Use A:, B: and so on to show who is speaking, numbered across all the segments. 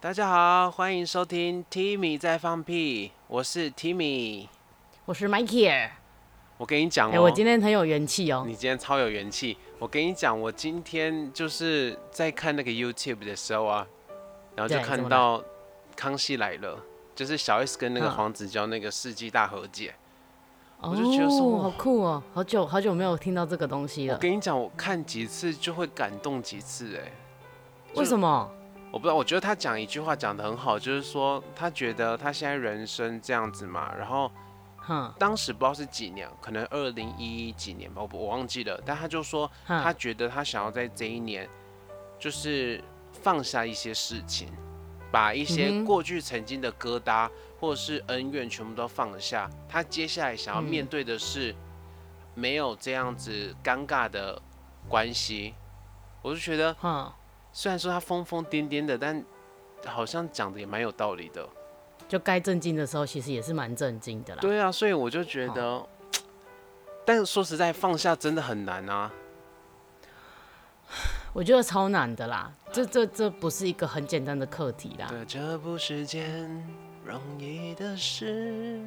A: 大家好，欢迎收听 Timmy 在放屁，我是 Timmy。
B: 我是 Mikey。哎、
A: 我跟你讲哦、
B: 我今天很有元气哦。
A: 你今天超有元气。我跟你讲，我今天就是在看那个 YouTube 的时候啊，然后就
B: 对
A: 看
B: 怎么
A: 到《康熙来了》，就是小 S 跟那个
B: 嗯
A: 黄子佼那个世纪大和解。
B: 我
A: 就觉得说哇
B: 好酷哦，好久好久没有听到这个东西
A: 我
B: 了。
A: 跟你讲，我看几次就会感动几次、哎，就
B: 为什么？
A: 我不知道，我觉得他讲一句话讲得很好，就是说他觉得他现在人生这样子嘛，然后
B: 哼
A: 当时不知道是几年，可能二零一几年吧，我不我忘记了。但他就说，他
B: 哼，
A: 觉得他想要在这一年，就是放下一些事情，把一些
B: 嗯哼
A: 过去曾经的疙瘩或者是恩怨全部都放下。他接下来想要面
B: 嗯
A: 对的是没有这样子尴尬的关系。我就觉得，
B: 哼，
A: 虽然说他疯疯癫癫的，但好像讲的也蛮有道理的。
B: 就该震惊的时候，其实也是蛮震惊的啦。
A: 对啊，所以我就觉得，但是说实在，放下真的很难啊。
B: 我觉得超难的啦，这这这不是一个很简单的课题啦。
A: 对，这不是件容易的事。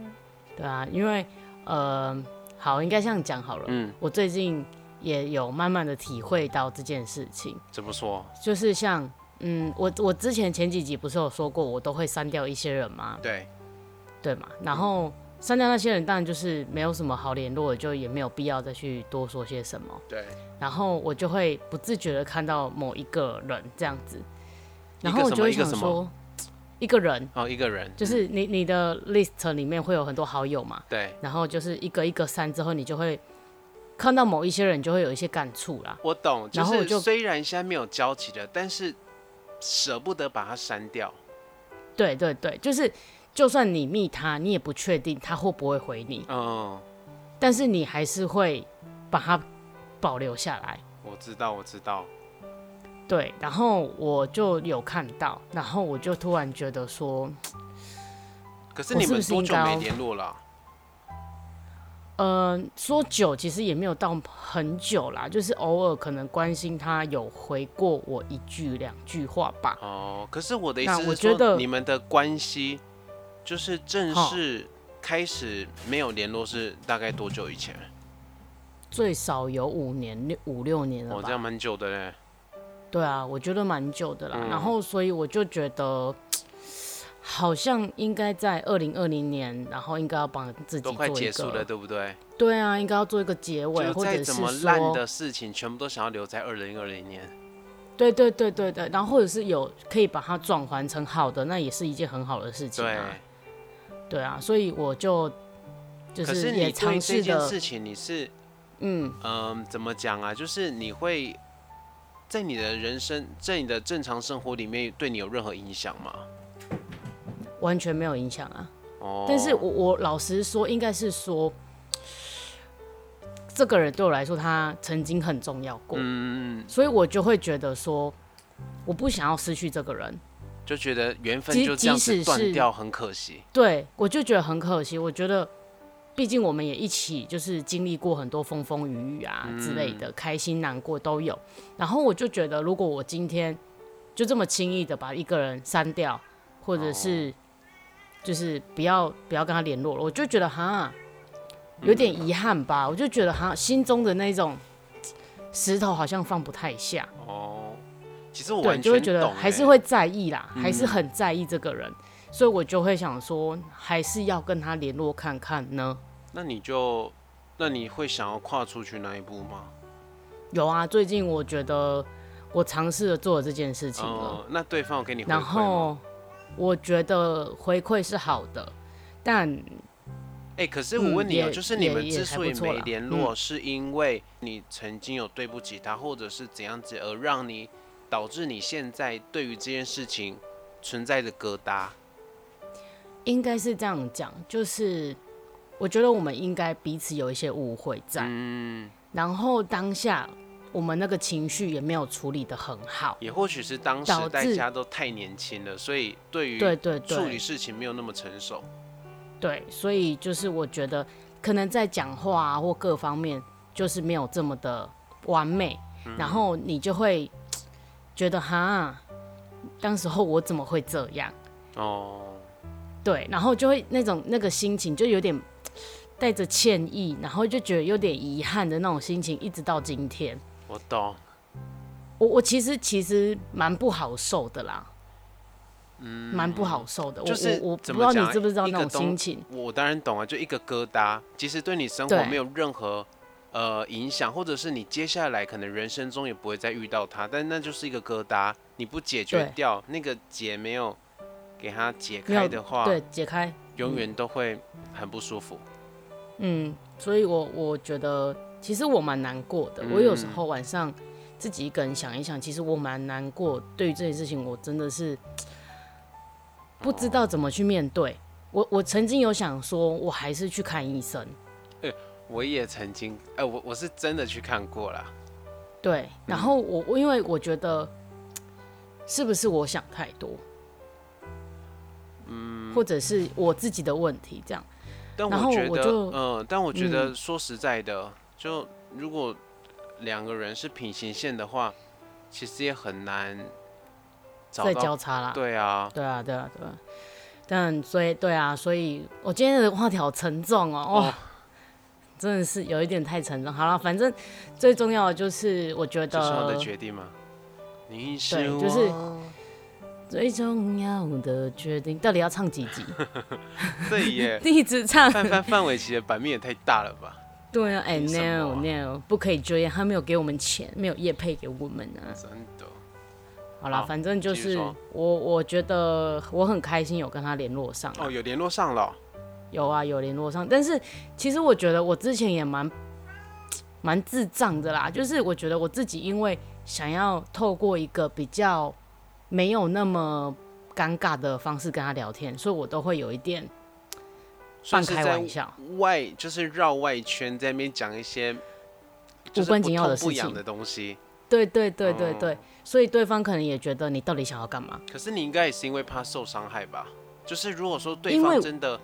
B: 对啊，因为呃，好，应该这样讲好了。
A: 嗯，
B: 我最近也有慢慢的体会到这件事情，
A: 怎么说？
B: 就是像嗯，我我之前前几集不是有说过，我都会删掉一些人吗？
A: 对，
B: 对嘛？然后删掉那些人，当然就是没有什么好联络的，就也没有必要再去多说些什么。
A: 对，
B: 然后我就会不自觉的看到某一个人这样子，然
A: 一个
B: 后我
A: 什么
B: 就会
A: 一个
B: 想
A: 什么
B: 说，一个人
A: 哦，一个人，
B: 就是你你的 list 里面会有很多好友嘛，
A: 对
B: 然后就是一个一个删之后，你就会看到某一些人，你就会有一些感触啦。
A: 我懂。就
B: 然后我
A: 是
B: 就
A: 虽然现在没有交集了，但是舍不得把它删掉。
B: 对对对，就是就算你密他，你也不确定他会不会回你，
A: 嗯，
B: 但是你还是会把他保留下来。
A: 我知道，我知道。
B: 对，然后我就有看到，然后我就突然觉得说，
A: 可是
B: 我
A: 你
B: 是不
A: 们
B: 是
A: 多
B: 应
A: 久
B: 该
A: 没
B: 要
A: 联络了啊、
B: 呃，说久其实也没有到很久啦，就是偶尔可能关心他有回过我一句两句话吧。
A: 哦，可是我的意
B: 那
A: 思
B: 我
A: 是
B: 觉得
A: 说，你们的关系就是正
B: 好
A: 式开始没有联络是大概多久以前？
B: 最少有五年、六五六年了
A: 哦，这样
B: 吧？
A: 蛮久的嘞。
B: 对啊，我觉得蛮久的啦。
A: 嗯
B: 然后，所以我就觉得，好像应该在二零二零年，然后应该要帮自己
A: 都
B: 做
A: 快
B: 一
A: 结束了，
B: 个，
A: 对不对？
B: 对啊，应该要做一个结尾，
A: 就
B: 或
A: 再
B: 者
A: 怎
B: 是
A: 么
B: 说
A: 烂的事情，全部都想要留在二零二零年。
B: 对对对对对，然后或者是有可以把它转换成好的，那也是一件很好的事情
A: 对，
B: 啊。对啊，所以我就就
A: 可是
B: 也
A: 你对
B: 尝
A: 这
B: 试
A: 件
B: 的，
A: 事情，你是
B: 嗯，
A: 嗯、怎么讲啊？就是你会在你的人生，在你的正常生活里面，对你有任何影响吗？
B: 完全没有影响啊。
A: 哦，
B: 但是我我老实说，应该是说，这个人对我来说，他曾经很重要过，
A: 嗯，
B: 所以我就会觉得说，我不想要失去这个人。
A: 就觉得缘分
B: 即
A: 就这样
B: 即
A: 子
B: 使
A: 断
B: 是
A: 掉，很可惜。
B: 对我就觉得很可惜，我觉得。毕竟我们也一起就是经历过很多风风雨雨啊之类的，开心难过都有。然后我就觉得，如果我今天就这么轻易的把一个人删掉，或者是就是不要不要跟他联络了，我就觉得哈有点遗憾吧。我就觉得哈心中的那种石头好像放不太下，
A: 哦，其实我
B: 对，
A: 完
B: 就
A: 全
B: 会觉得
A: 懂
B: 还是
A: 欸
B: 会在意啦，还是
A: 嗯
B: 很在意这个人，所以我就会想说，还是要跟他联络看看呢。
A: 那你就，那你会想要跨出去那一步吗？
B: 有啊，最近我觉得我尝试着做了这件事情了，
A: 哦，那对方有给你回馈
B: 然
A: 吗？
B: 后我觉得回馈是好的，但
A: 哎、可是我
B: 嗯
A: 问你哦、
B: 也
A: 就是你
B: 也
A: 们
B: 也
A: 之
B: 还
A: 所
B: 不
A: 以
B: 错
A: 没
B: 啦嗯
A: 联络，是因为你曾经有对不起他，或者是怎样子，而让你导致你现在对于这件事情存在的疙瘩。
B: 应该是这样讲，就是我觉得我们应该彼此有一些误会在，
A: 嗯，
B: 然后当下我们那个情绪也没有处理的很好，
A: 也或许是当时
B: 导
A: 大
B: 致
A: 家都太年轻了，所以对于
B: 对对对，
A: 处理事情没有那么成熟。
B: 对，所以就是我觉得可能在讲话啊或各方面就是没有这
A: 嗯
B: 么的完美，然后你就会觉得哈，当时候我怎么会这样？
A: 哦，
B: 对，然后就会那种那个心情就有点带着歉意，然后就觉得有点遗憾的那种心情，一直到今天。
A: 我懂，
B: 我我其实其实蛮不好受的啦，嗯，蛮不好受的。
A: 就是
B: 我我我不
A: 怎
B: 知
A: 么
B: 道你
A: 讲
B: 知不知道
A: 一
B: 那
A: 个
B: 种
A: 东
B: 心情，
A: 我当然懂啊，就一个疙瘩，其实对你生活
B: 对
A: 没有任何呃影响，或者是你接下来可能人生中也不会再遇到它，但那就是一个疙瘩，你不解决
B: 对
A: 掉，那个结没有给它解
B: 没有
A: 开的话，
B: 对嗯解开，
A: 永远都会很不舒服。
B: 嗯，所以我我觉得其实我蛮难过的。我有时
A: 嗯
B: 候晚上自己一个人想一想，其实我蛮难过。对于这件事情，我真的是不知道怎么去面对。我我曾经有想说，我还是去看医生，
A: 我也曾经，哎、我我是真的去看过啦。嗯
B: 对。然后我我因为我觉得是不是我想太多，嗯，或者是我自己的问题这样。
A: 但
B: 然后
A: 我觉
B: 我
A: 得，
B: 就
A: 嗯、但我觉得
B: 嗯
A: 说实在的，就如果两个人是平行线的话，其实也很难找
B: 在
A: 到。
B: 交叉啦，
A: 对啊，
B: 对啊，对啊，对啊。但所以对啊，所以我今天的话题好沉重哦，哦，
A: 哦
B: 真的是有一点太沉重。好了，反正最重要的就是我觉
A: 这是我
B: 得
A: 的决定吗？你是
B: 对
A: 我，
B: 就是最重要的决定到底要唱几集？。
A: 对耶
B: 一直唱，
A: 范范范玮琪的版面也太大了吧？
B: 对啊， 哎
A: 凭什么
B: ，no
A: 啊
B: no，不可以这样，他没有给我们钱，没有业配给我们啊。
A: 真的，
B: 好啦，
A: 好
B: 反正就
A: 继续
B: 是
A: 说
B: 我我觉得我很开心有跟他联络上啊
A: 哦，有联络上了哦、
B: 有啊，有联络上，但是其实我觉得我之前也蛮蛮智障的啦，就是我觉得我自己因为想要透过一个比较没有那么尴尬的方式跟他聊天，所以我都会有一点半
A: 算是
B: 开
A: 在
B: 玩笑，
A: 外就是绕外圈，在那边讲一些就是
B: 关
A: 不
B: 紧要
A: 痛
B: 的
A: 不
B: 事
A: 痒
B: 情
A: 的东西。
B: 对对对对对，
A: 哦
B: 所以对方可能也觉得你到底想要干嘛？
A: 可是你应该也是因为怕受伤害吧？就是如果说对
B: 因为
A: 方真的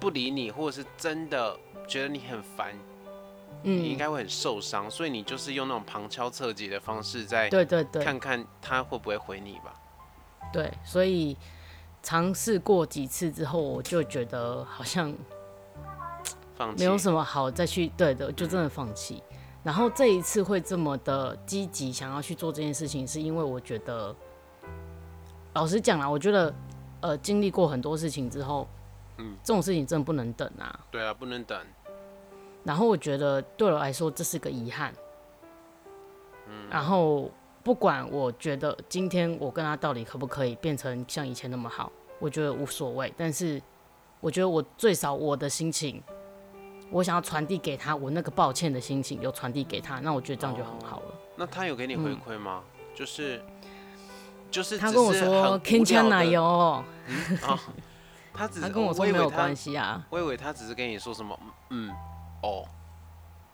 A: 不理你，或者是真的觉得你很烦，你应
B: 嗯，
A: 该会很受伤，所以你就是用那种旁敲侧击的方式在
B: 对对对
A: 看看他会不会回你吧。
B: 对，所以尝试过几次之后，我就觉得好像
A: 放弃
B: 没有什么好再去对的，就真的放弃。然后这一次会这么的积极，想要去做这件事情，是因为我觉得，老实讲啦，我觉得，呃，经历过很多事情之后，嗯，这种事情真的不能等啊。
A: 对啊，不能等。
B: 然后我觉得对我来说这是个遗憾。
A: 嗯
B: 然后不管我觉得今天我跟他到底可不可以变成像以前那么好，我觉得无所谓。但是我觉得我最少我的心情，我想要传递给他我那个抱歉的心情，有传递给他，那我觉得这样就很好了。
A: 那他有给你回馈吗？就是就是
B: 嗯他
A: 只
B: 跟我
A: 是
B: 说
A: 很无
B: k i n c h
A: 聊
B: a n 奶
A: 的
B: 油哦，
A: 啊，他只
B: 他
A: 是
B: 跟我
A: 哦
B: 说
A: 以
B: 没
A: 为
B: 有
A: 他
B: 关，系啊，
A: 我以为他只是跟你说什么嗯哦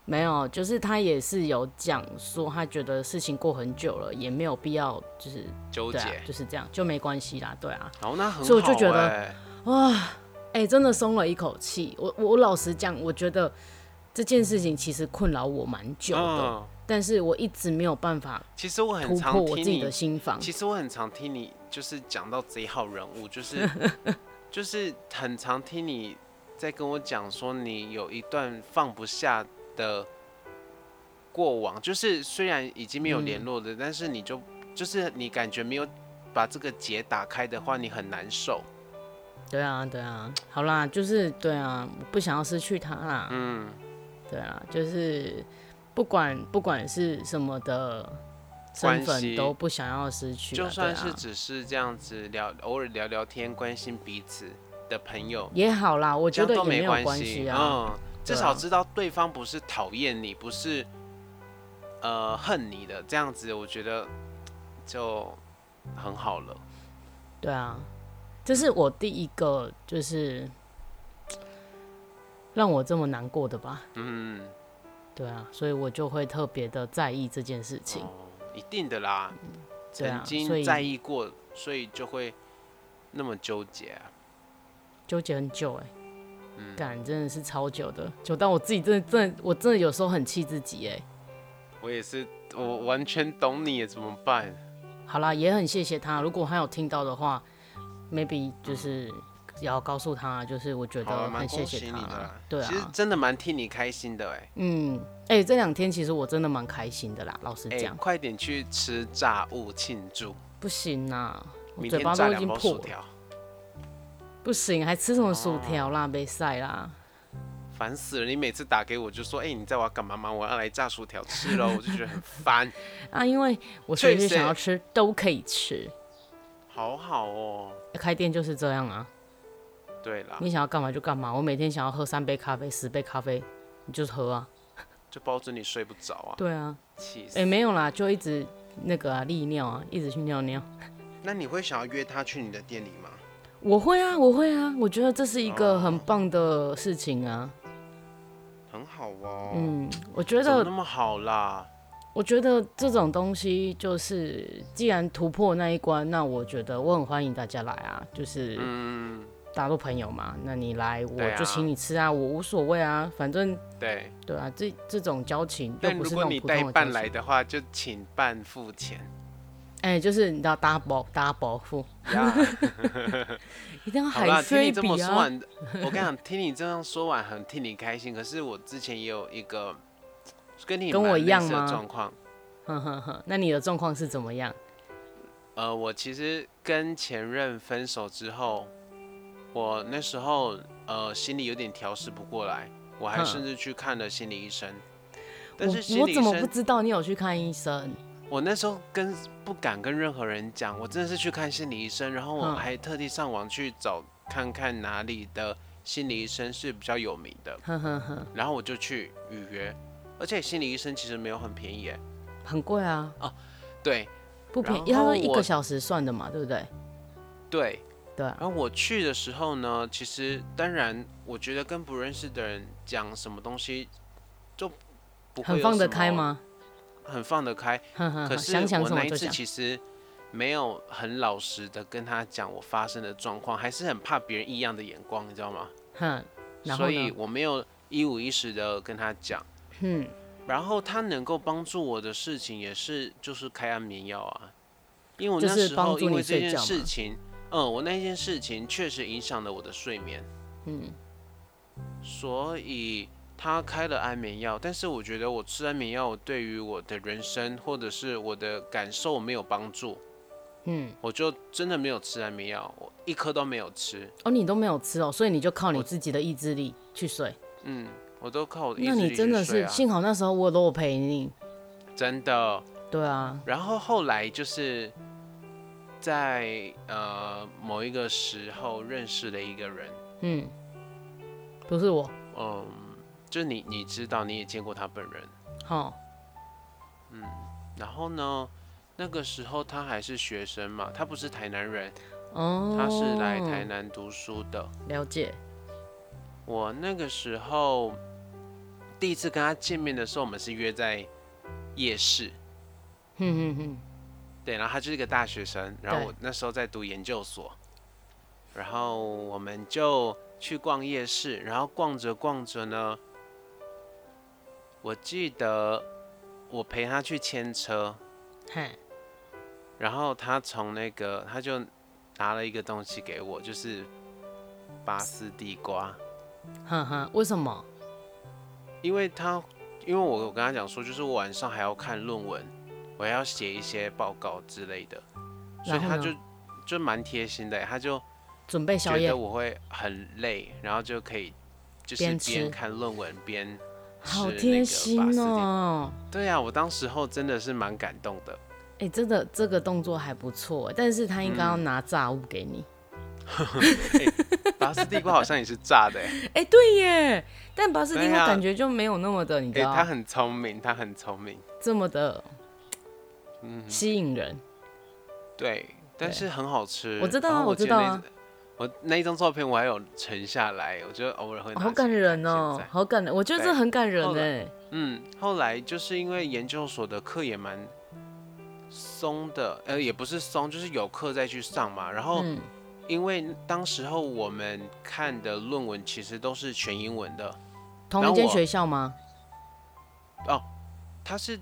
B: 没有，就是他也是有讲说他觉得事情过很久了，也没有必要就是
A: 纠
B: 对啊
A: 结，，
B: 就是这样，就没关系啦，对啊。
A: 哦那很好、欸，
B: 所以我就觉得哎、真的松了一口气。我我老实讲，我觉得这件事情其实困扰我蛮久的，
A: 嗯
B: 但是我一直没有办法
A: 其实我很
B: 突破
A: 常
B: 我
A: 听
B: 自己的
A: 你，
B: 心房。
A: 其实我很常听你，就是讲到贼好人 物，就是就是很常听你在跟我讲说你有一段放不下的过往，就是虽然已经没有
B: 嗯
A: 联络的，但是你就就是你感觉没有把这个结打开的话，你很难受。
B: 对啊，对啊，好啦，就是对啊，我不想要失去他啦。嗯，对啊，就是不管不管是什么的身
A: 关
B: 份
A: 系
B: 都不想要失去啊，
A: 就算
B: 对
A: 是
B: 啊、
A: 只是这样子聊，偶尔聊聊天，关心彼此的朋友，
B: 也好啦，我
A: 这
B: 觉
A: 样
B: 得
A: 都
B: 也
A: 没
B: 有关
A: 系。
B: 系啊。
A: 嗯，至
B: 对啊
A: 少知道对方不是讨厌你，不是呃恨你的，这样子我觉得就很好了。
B: 对啊，这是我第一个就是让我这么难过的吧。
A: 嗯，
B: 对啊，所以我就会特别的在意这件事情。
A: 哦一定的啦，
B: 对
A: 曾
B: 啊，所
A: 经
B: 以
A: 在意过，所以就会那么纠结啊。
B: 纠结很久哎、
A: 嗯
B: 欸，感、真的是超久的，久到我自己真的真的我真的有时候很气自己哎、
A: 我也是，我完全懂你，怎么办？
B: 好啦，也很谢谢他。如果他有听到的话，maybe 就是也要告诉他，就是我觉
A: 嗯好了，
B: 得
A: 蛮
B: 很谢
A: 恭
B: 谢
A: 喜
B: 他
A: 你的啦。。
B: 对啊
A: 其，实真的蛮替你开心的哎、
B: 嗯，哎、这两天其实我真的蛮开心的啦，老实
A: 哎、
B: 讲，
A: 快点去吃炸物庆祝，
B: 不行啦，我
A: 明
B: 嘴
A: 天
B: 巴
A: 炸
B: 都已
A: 两
B: 经
A: 包
B: 破
A: 薯
B: 了，
A: 条，哦
B: 不行，还吃什么薯条啦，没晒啦。
A: 烦死了！你每次打给我就说，哎、你在我要干嘛吗？我要来炸薯条吃喽，我就觉得很烦，
B: 啊，因为我随时
A: 确实
B: 想要吃都可以吃，
A: 好好哦。
B: 开店就是这样啊，
A: 对啦，
B: 你想要干嘛就干嘛。我每天想要喝三杯咖啡、十杯咖啡，你就喝啊。
A: 就包准你睡不着啊，
B: 对啊，
A: 气死！
B: 哎、没有啦，就一直那个啊利尿啊，一直去尿尿。
A: 那你会想要约他去你的店里吗？
B: 我会啊，我会啊，我觉得这是一
A: 哦
B: 个很棒的事情啊。
A: 很好哦，
B: 嗯，我觉
A: 怎么那
B: 得，
A: 么好啦？
B: 我觉得这种东西就是，既然突破那一关，那我觉得我很欢迎大家来啊，就是。
A: 嗯，
B: 大陆朋友嘛，那你来我
A: 对啊
B: 就请你吃啊，我无所谓啊，反正
A: 对。
B: 对啊，这这种交情又
A: 但
B: 不
A: 如
B: 是
A: 果
B: 那
A: 你
B: 种普
A: 带
B: 通的
A: 伴
B: 交
A: 来
B: 情，
A: 的话，就请伴付 钱
B: 哎、就是你知道 double double 付，
A: 呀。
B: 一定要
A: 好啦，
B: 海
A: 听你
B: 飞
A: 这么
B: 比
A: 说
B: 啊，
A: 完， 我跟你讲，听你这样说完很替你开心。可是我之前也有一个跟你
B: 跟我
A: 蛮
B: 一
A: 类
B: 样
A: 似的
B: 吗
A: 状况。
B: 哼哼哼，那你的状况是怎么样？
A: 呃，我其实跟前任分手之后，我那时候呃心里有点调试不过来，我还
B: 哼
A: 甚至去看了心理医生。但是
B: 我
A: 心
B: 我
A: 理医
B: 怎么不
A: 生，
B: 知道你有去看医生？
A: 我那时候跟不敢跟任何人讲，我真的是去看心理医生，然后我
B: 嗯
A: 还特地上网去找看看哪里的心理医生是比较有名的，
B: 哼哼哼，
A: 然后我就去预约，而且心理医生其实没有很便宜耶，
B: 很贵啊，
A: 对
B: 不便宜，
A: 然
B: 他
A: 后
B: 说一
A: 我
B: 个小时算的嘛，对不对？
A: 对，
B: 对啊，
A: 然后我去的时候呢，其实当然，我觉得跟不认识的人讲什么东西，就不会
B: 很
A: 有
B: 放得
A: 什么
B: 开？吗？
A: 很放得开。
B: 哼哼
A: 可
B: 哼，
A: 是
B: 想想
A: 我
B: 什么
A: 那一
B: 就
A: 次
B: 想，
A: 其实没有很老实的跟他讲我发生的状况，还是很怕别人异样的眼光，你知道吗？
B: 哼，然后
A: 所以
B: 呢？
A: 我没有一五一十的跟他讲。
B: 嗯，
A: 然后他能够帮助我的事情，也是就是开安眠药啊，因为我
B: 就
A: 那
B: 是
A: 时
B: 帮
A: 候
B: 助
A: 因
B: 你
A: 为这
B: 睡
A: 件
B: 觉
A: 事
B: 嘛
A: 情，嗯，我那件事情确实影响了我的睡眠，嗯，所以他开了安眠药，但是我觉得我吃安眠药对于我的人生或者是我的感受没有帮助，
B: 嗯，
A: 我就真的没有吃安眠药，我一颗都没有吃，
B: 哦，你都没有吃哦，所以你就靠你自己的意志力去睡。
A: 嗯，我都靠我的意
B: 那
A: 志
B: 你
A: 力
B: 真
A: 去
B: 的
A: 睡
B: 是，
A: 啊，
B: 幸好那时候我都有陪你。
A: 真的。
B: 对啊，
A: 然后后来就是在呃某一个时候认识了一个人，
B: 嗯，不是我，
A: 嗯，就是你你知道你也见过他本人，
B: 好，
A: 然后呢，那个时候他还是学生嘛，他不是台南人，
B: 哦，
A: 他是来台南读书的。
B: 了解，
A: 我那个时候第一次跟他见面的时候，我们是约在夜市，
B: 哼哼哼，
A: 对，然后他就是一个大学生，然后
B: 对
A: 我那时候在读研究所，然后我们就去逛夜市，然后逛着逛着呢，我记得我陪他去牵车，
B: 嘿，
A: 然后他从那个他就拿了一个东西给我，就是拔丝地瓜，
B: 哼哼，为什么？
A: 因为他因为我有跟他讲说，就是我晚上还要看论文，我还要写一些报告之类的，所以
B: 然后
A: 他
B: 呢
A: 就就蛮贴心的，欸他就。
B: 准备宵
A: 觉
B: 夜
A: 得，我会很累，然后就可以就是
B: 边吃
A: 边看论文边
B: 好
A: 吃那
B: 贴
A: 个
B: 心
A: 拔丝地
B: 哦。
A: 对啊，我当时候真的是蛮感动的。
B: 哎、真的这个动作还不错，但是他应该要
A: 嗯
B: 拿炸物给你。
A: 拔丝地瓜好像也是炸 的、欸，
B: 哎、对耶，但巴斯汀
A: 对
B: 他
A: 啊
B: 感觉就没有那么的，你知
A: 哎、
B: 道，
A: 他很聪明，他很聪明，
B: 这么的
A: 嗯
B: 吸引人。
A: 对，但是很好吃。
B: 我知道啊
A: 然后
B: 我
A: 我
B: 知
A: 记得
B: 道
A: 那
B: 啊
A: 我那一张照片我还有存下来，我就偶尔会拿
B: 好
A: 起来
B: 感人
A: 看
B: 哦
A: 现，在
B: 好感人，我觉得
A: 对
B: 这很感人
A: 后来
B: 哎。
A: 嗯，后来就是因为研究所的课也蛮松的，呃，也不是松，就是有课再去上嘛。然后，
B: 嗯
A: 因为当时候我们看的论文其实都是全英文的，
B: 同
A: 然
B: 一
A: 后
B: 间
A: 我
B: 学校吗？
A: 它是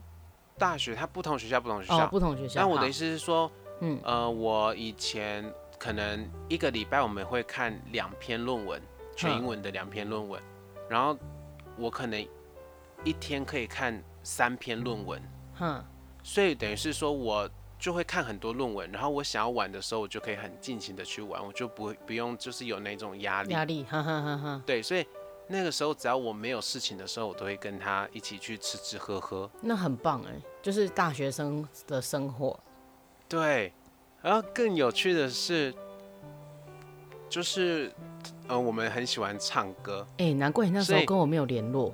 A: 大学，它不同学校不同学
B: 哦
A: 校，。
B: 不同学校。
A: 但我的
B: 好
A: 意思是说，
B: 嗯
A: 呃，我以前可能一个礼拜我们会看两篇论文，全
B: 嗯
A: 英文的两篇论文，然后我可能一天可以看三篇论文，
B: 哼，
A: 所以等于是说我就会看很多论文，然后我想要玩的时候，我就可以很尽情的去玩，我就不会不用就是有那种压力。
B: 压力，哈哈哈哈。
A: 对，所以那个时候只要我没有事情的时候，我都会跟他一起去吃吃喝喝。
B: 那很棒哎，就是大学生的生活。
A: 对，然后更有趣的是，就是呃，我们很喜欢唱歌
B: 哎、难怪你那时
A: 所
B: 候
A: 以
B: 跟我没有联络，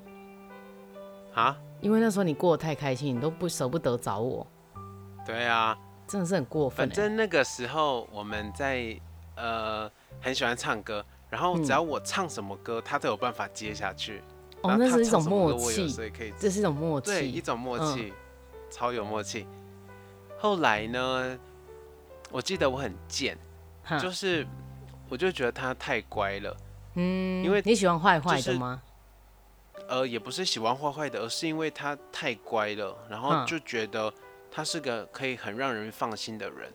A: 啊，
B: 因为那时候你过得太开心，你都不舍不得找我，
A: 对啊，
B: 真的是很过
A: 反
B: 分哎。
A: 正那个时候我们在呃很喜欢唱歌，然后
B: 嗯
A: 只要我唱什么歌，他都有办法接下去。
B: 哦
A: 然，后
B: 那
A: 他
B: 是一
A: 唱
B: 种
A: 什么
B: 默
A: 歌我有时
B: 契，
A: 候也可以
B: 这是一种默
A: 对，一
B: 契。
A: 种默
B: 嗯
A: 契，超有默契。后来呢，我记得我很贱，
B: 哈
A: 就是我就觉得他太乖了，
B: 嗯，
A: 因为
B: 你喜欢坏坏
A: 就是
B: 的吗？
A: 呃，也不是喜欢坏坏的，而是因为他太乖了，然后
B: 嗯
A: 就觉得他是个可以很让人放心的人。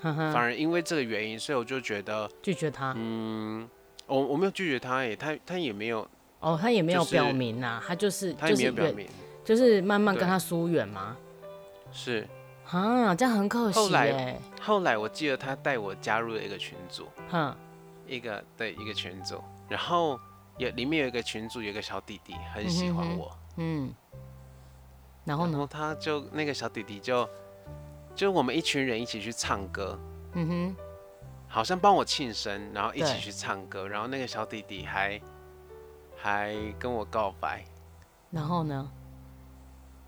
B: 哈
A: 反
B: 哈，
A: 而因为这个原因，所以我就觉得，
B: 拒绝他。
A: 嗯，我我没有拒绝他耶，他他也没有，
B: 哦，他也没有
A: 就是
B: 表明呐、他就是
A: 他
B: 就
A: 也没
B: 是
A: 有表
B: 远，
A: 明，
B: 就是慢慢
A: 对
B: 跟他疏远嘛。
A: 是。
B: 啊，这样很可
A: 后
B: 惜
A: 来
B: 哎。
A: 后来我记得他带我加入了一个群组，
B: 哼，
A: 一个对一个群组，然后也里面有一个群组，有一个小弟弟很喜
B: 嗯
A: 欢
B: 哼
A: 我，
B: 嗯，然后
A: 然
B: 呢？
A: 后他就那个小弟弟就就我们一群人一起去唱歌，
B: 嗯哼。
A: 好像帮我庆生，然后一起
B: 对
A: 去唱歌，然后那个小弟弟还还跟我告白，
B: 然后呢？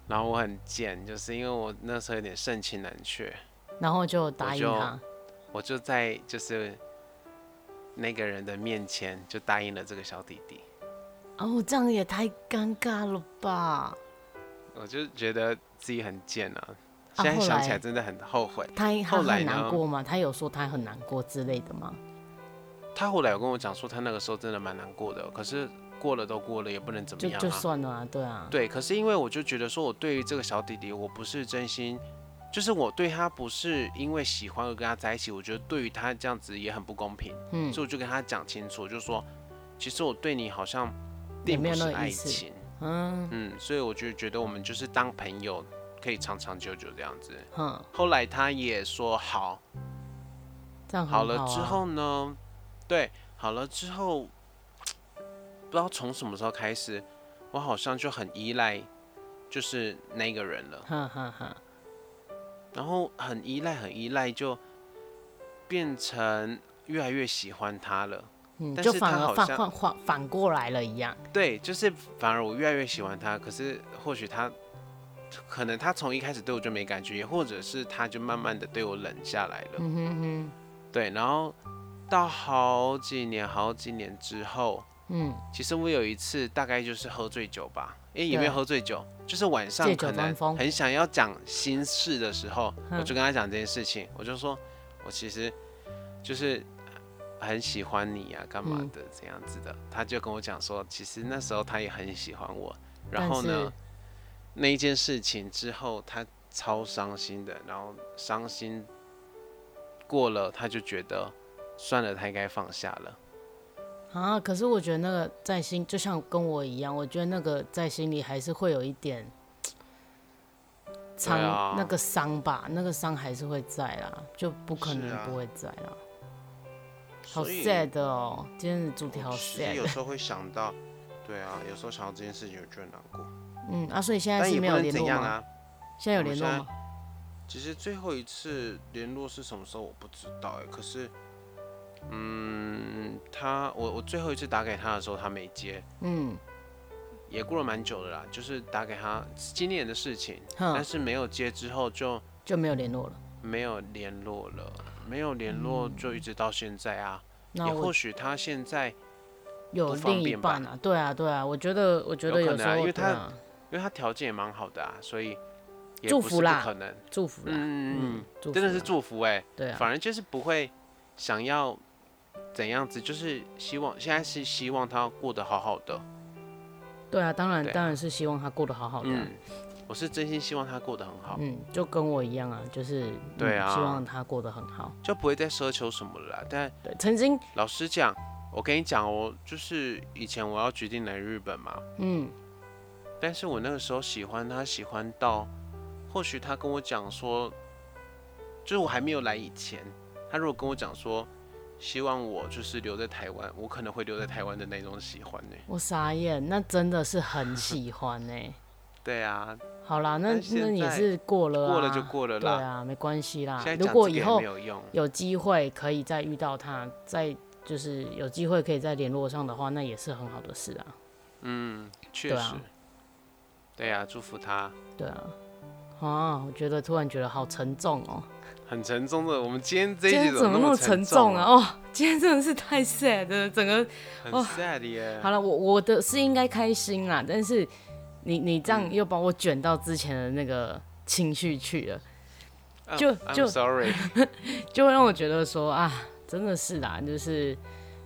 A: 然后我很贱，就是因为我那时候有点盛情难却，
B: 然后就答应
A: 就
B: 他。
A: 我就在就是那个人的面前就答应了这个小弟弟，
B: 哦，这样也太尴尬了吧！
A: 我就觉得自己很贱啊，
B: 啊
A: 现在
B: 后
A: 想起
B: 来
A: 来真的很后悔。
B: 他他
A: 后来
B: 很
A: 呢
B: 难过吗？他有说他很难过之类的吗？
A: 他后来有跟我讲说，他那个时候真的蛮难过的，可是过了都过了，也不能怎么
B: 就
A: 样
B: 就
A: 啊。
B: 算了啊，对啊，
A: 对，可是因为我就觉得说，我对于这个小弟弟，我不是真心，就是我对他不是因为喜欢而跟他在一起，我觉得对于他这样子也很不公平，
B: 嗯
A: 所以我就跟他讲清楚，就说，其实我对你好像
B: 也
A: 并
B: 没
A: 不
B: 有
A: 是
B: 那个
A: 爱
B: 意思
A: 情，
B: 嗯
A: 嗯，所以我就觉得我们就是当朋友，可以长长久久这样子。
B: 哼，
A: 后来他也说好，
B: 这样很
A: 好了
B: 啊
A: 之后呢，对，好了之后，不知道从什么时候开始，我好像就很依赖，就是那个人了，
B: 哼哼哼，
A: 然后很依赖，很依赖，就变成越来越喜欢他了。
B: 嗯，
A: 但
B: 就是反
A: 他
B: 而
A: 好
B: 反
A: 像
B: 反反反过来了一样，
A: 对，就是反而我越来越喜欢他，可是或许他。可能他从一开始对我就没感觉，也或者是他就慢慢的对我冷下来了。
B: 嗯哼哼，
A: 对，然后到好几年、好几年之后，
B: 嗯，
A: 其实我有一次大概就是喝醉酒吧，诶，也没有
B: 对
A: 喝醉酒，就是晚上
B: 借酒
A: 可能
B: 装疯
A: 很想要讲心事的时候，
B: 嗯
A: 我就跟他讲这件事情，我就说我其实就是很喜欢你呀、干嘛
B: 嗯
A: 的这样子的，他就跟我讲说，其实那时候他也很喜欢我，然
B: 但
A: 后呢
B: 是，
A: 那一件事情之后，他超伤心的，然后伤心过了，他就觉得算了，他应该放下了。
B: 啊，可是我觉得那个在心，就像跟我一样，我觉得那个在心里还是会有一点伤，
A: 啊
B: 那个伤吧，那个伤还是会在啦，就不可
A: 是
B: 能
A: 啊
B: 不会在啦。好
A: 所以
B: sad 哦，今天的主题
A: 我
B: 好
A: 其实
B: sad 哦
A: 有。时候会想到，对啊，有时候想到这件事情，我觉得难过。
B: 嗯，啊，所以现在
A: 但
B: 是
A: 也
B: 没
A: 不
B: 有
A: 能
B: 联
A: 怎
B: 络
A: 样
B: 吗？
A: 啊。
B: 现在有
A: 我们
B: 联络
A: 现
B: 吗？
A: 其实最后一次联络是什么时候我不知道哎、可是，嗯，他我我最后一次打给他的时候他没接，
B: 嗯，
A: 也过了蛮久的啦，就是打给他是今年的事情，但
B: 哼，
A: 是没有接之后就
B: 就没有联络了。
A: 没有联络了，没有联络就一直到现在啊。
B: 嗯那
A: 也或
B: 我
A: 许他现在，
B: 有
A: 不方
B: 另一
A: 便吧
B: 半啊，对啊，对啊，我觉得，我觉
A: 有
B: 得
A: 可
B: 有时
A: 能啊
B: 候
A: 因为
B: 对
A: 他
B: 啊
A: 因为他条件也蛮好的啊，所以也
B: 祝
A: 不是
B: 福
A: 不
B: 啦
A: 可能。
B: 祝福啦，
A: 嗯
B: 嗯，祝
A: 真的
B: 福
A: 是
B: 啦，
A: 祝福哎、
B: 对啊，
A: 反而就是不会想要怎样子，就是希望现在是希望他过得好好的，
B: 对啊，当然
A: 对啊
B: 当然是希望他过得好好的啊、
A: 嗯，我是真心希望他过得很好，
B: 嗯，就跟我一样啊，就是
A: 对
B: 嗯
A: 啊
B: 希望他过得很好。
A: 就不会再奢求什么了啦。但
B: 对，曾经，
A: 老实讲，我跟你讲，我就是以前我要决定来日本嘛，
B: 嗯，
A: 但是我那个时候喜欢他，喜欢到，或许他跟我讲说，就是我还没有来以前，他如果跟我讲说，希望我就是留在台湾，我可能会留在台湾的那种喜欢呢、
B: 我傻眼，那真的是很喜欢呢、
A: 对啊，
B: 好啦，那
A: 但现
B: 那也
A: 在
B: 是过了、啊，
A: 过了就过了
B: 对
A: 啦。
B: 啊，没关系啦
A: 现在。
B: 如
A: 讲
B: 果
A: 这个
B: 以
A: 也
B: 后
A: 没有用，
B: 有机会可以再遇到他，再就是有机会可以再联络上的话，那也是很好的事啊。
A: 嗯，确
B: 对
A: 实
B: 啊，
A: 对啊，祝福他。
B: 对啊，啊，我觉得突然觉得好沉重哦、
A: 很沉重的，我们今天这
B: 今
A: 一集
B: 天怎么
A: 那
B: 那么
A: 沉
B: 沉重啊？
A: 啊？
B: 哦，今天真的是太 sad 了，整个
A: 很
B: 哦
A: sad 耶。
B: 好了，我我的是应该开心啦，但是你你这样又把我卷到之前的那个情绪去了，
A: 嗯
B: 就
A: I'm
B: 就
A: sorry，
B: 就会让我觉得说啊，真的是啦，就是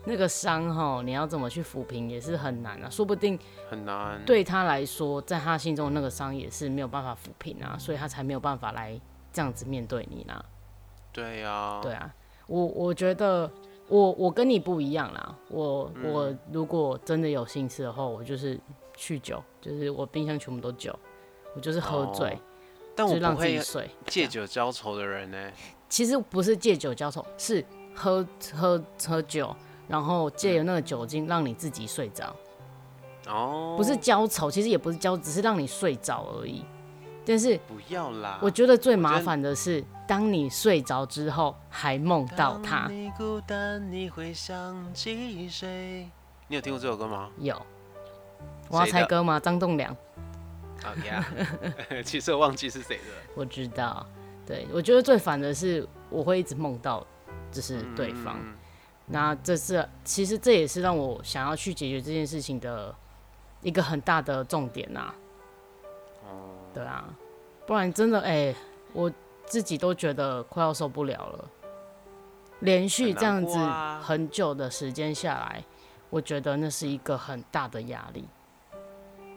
B: 那个伤哈，你要怎么去抚平也是很难啊，说不定
A: 很难。
B: 对他来说，在他心中那个伤也是没有办法抚平啊，所以他才没有办法来这样子面对你啦。
A: 对呀，
B: 对啊，我我觉得我我跟你不一样啦，我、
A: 嗯
B: 我如果真的有心吃的话，我就是酗酒，就是我冰箱全部都酒，我就是喝
A: 哦
B: 醉，
A: 但
B: 就
A: 我
B: 是让
A: 不
B: 自己
A: 会
B: 睡。
A: 借酒浇愁的人呢。
B: 其实不是借酒浇愁，是喝喝喝酒，然后
A: 嗯
B: 借由那个酒精让你自己睡着，
A: 哦，
B: 不是浇愁，其实也不是浇，只是让你睡着而已。但是
A: 不要啦，
B: 我觉得最麻
A: 啊觉得
B: 烦的是，当你睡着之后还梦到他
A: 当。你孤单，你会想起谁？你有听过这首歌吗？
B: 有，我要
A: 谁
B: 猜
A: 的
B: 歌吗？张栋梁，
A: 啊呀， 其实我忘记是谁的了。
B: 我知道。对，我觉得最烦的是我会一直梦到，就是对方。
A: 嗯
B: 那这是其实这也是让我想要去解决这件事情的一个很大的重点呐、
A: 哦，
B: 对啊，不然真的哎、我自己都觉得快要受不了了。连续
A: 很
B: 这样
A: 难
B: 子
A: 过啊
B: 很久的时间下来，我觉得那是一个很大的压力。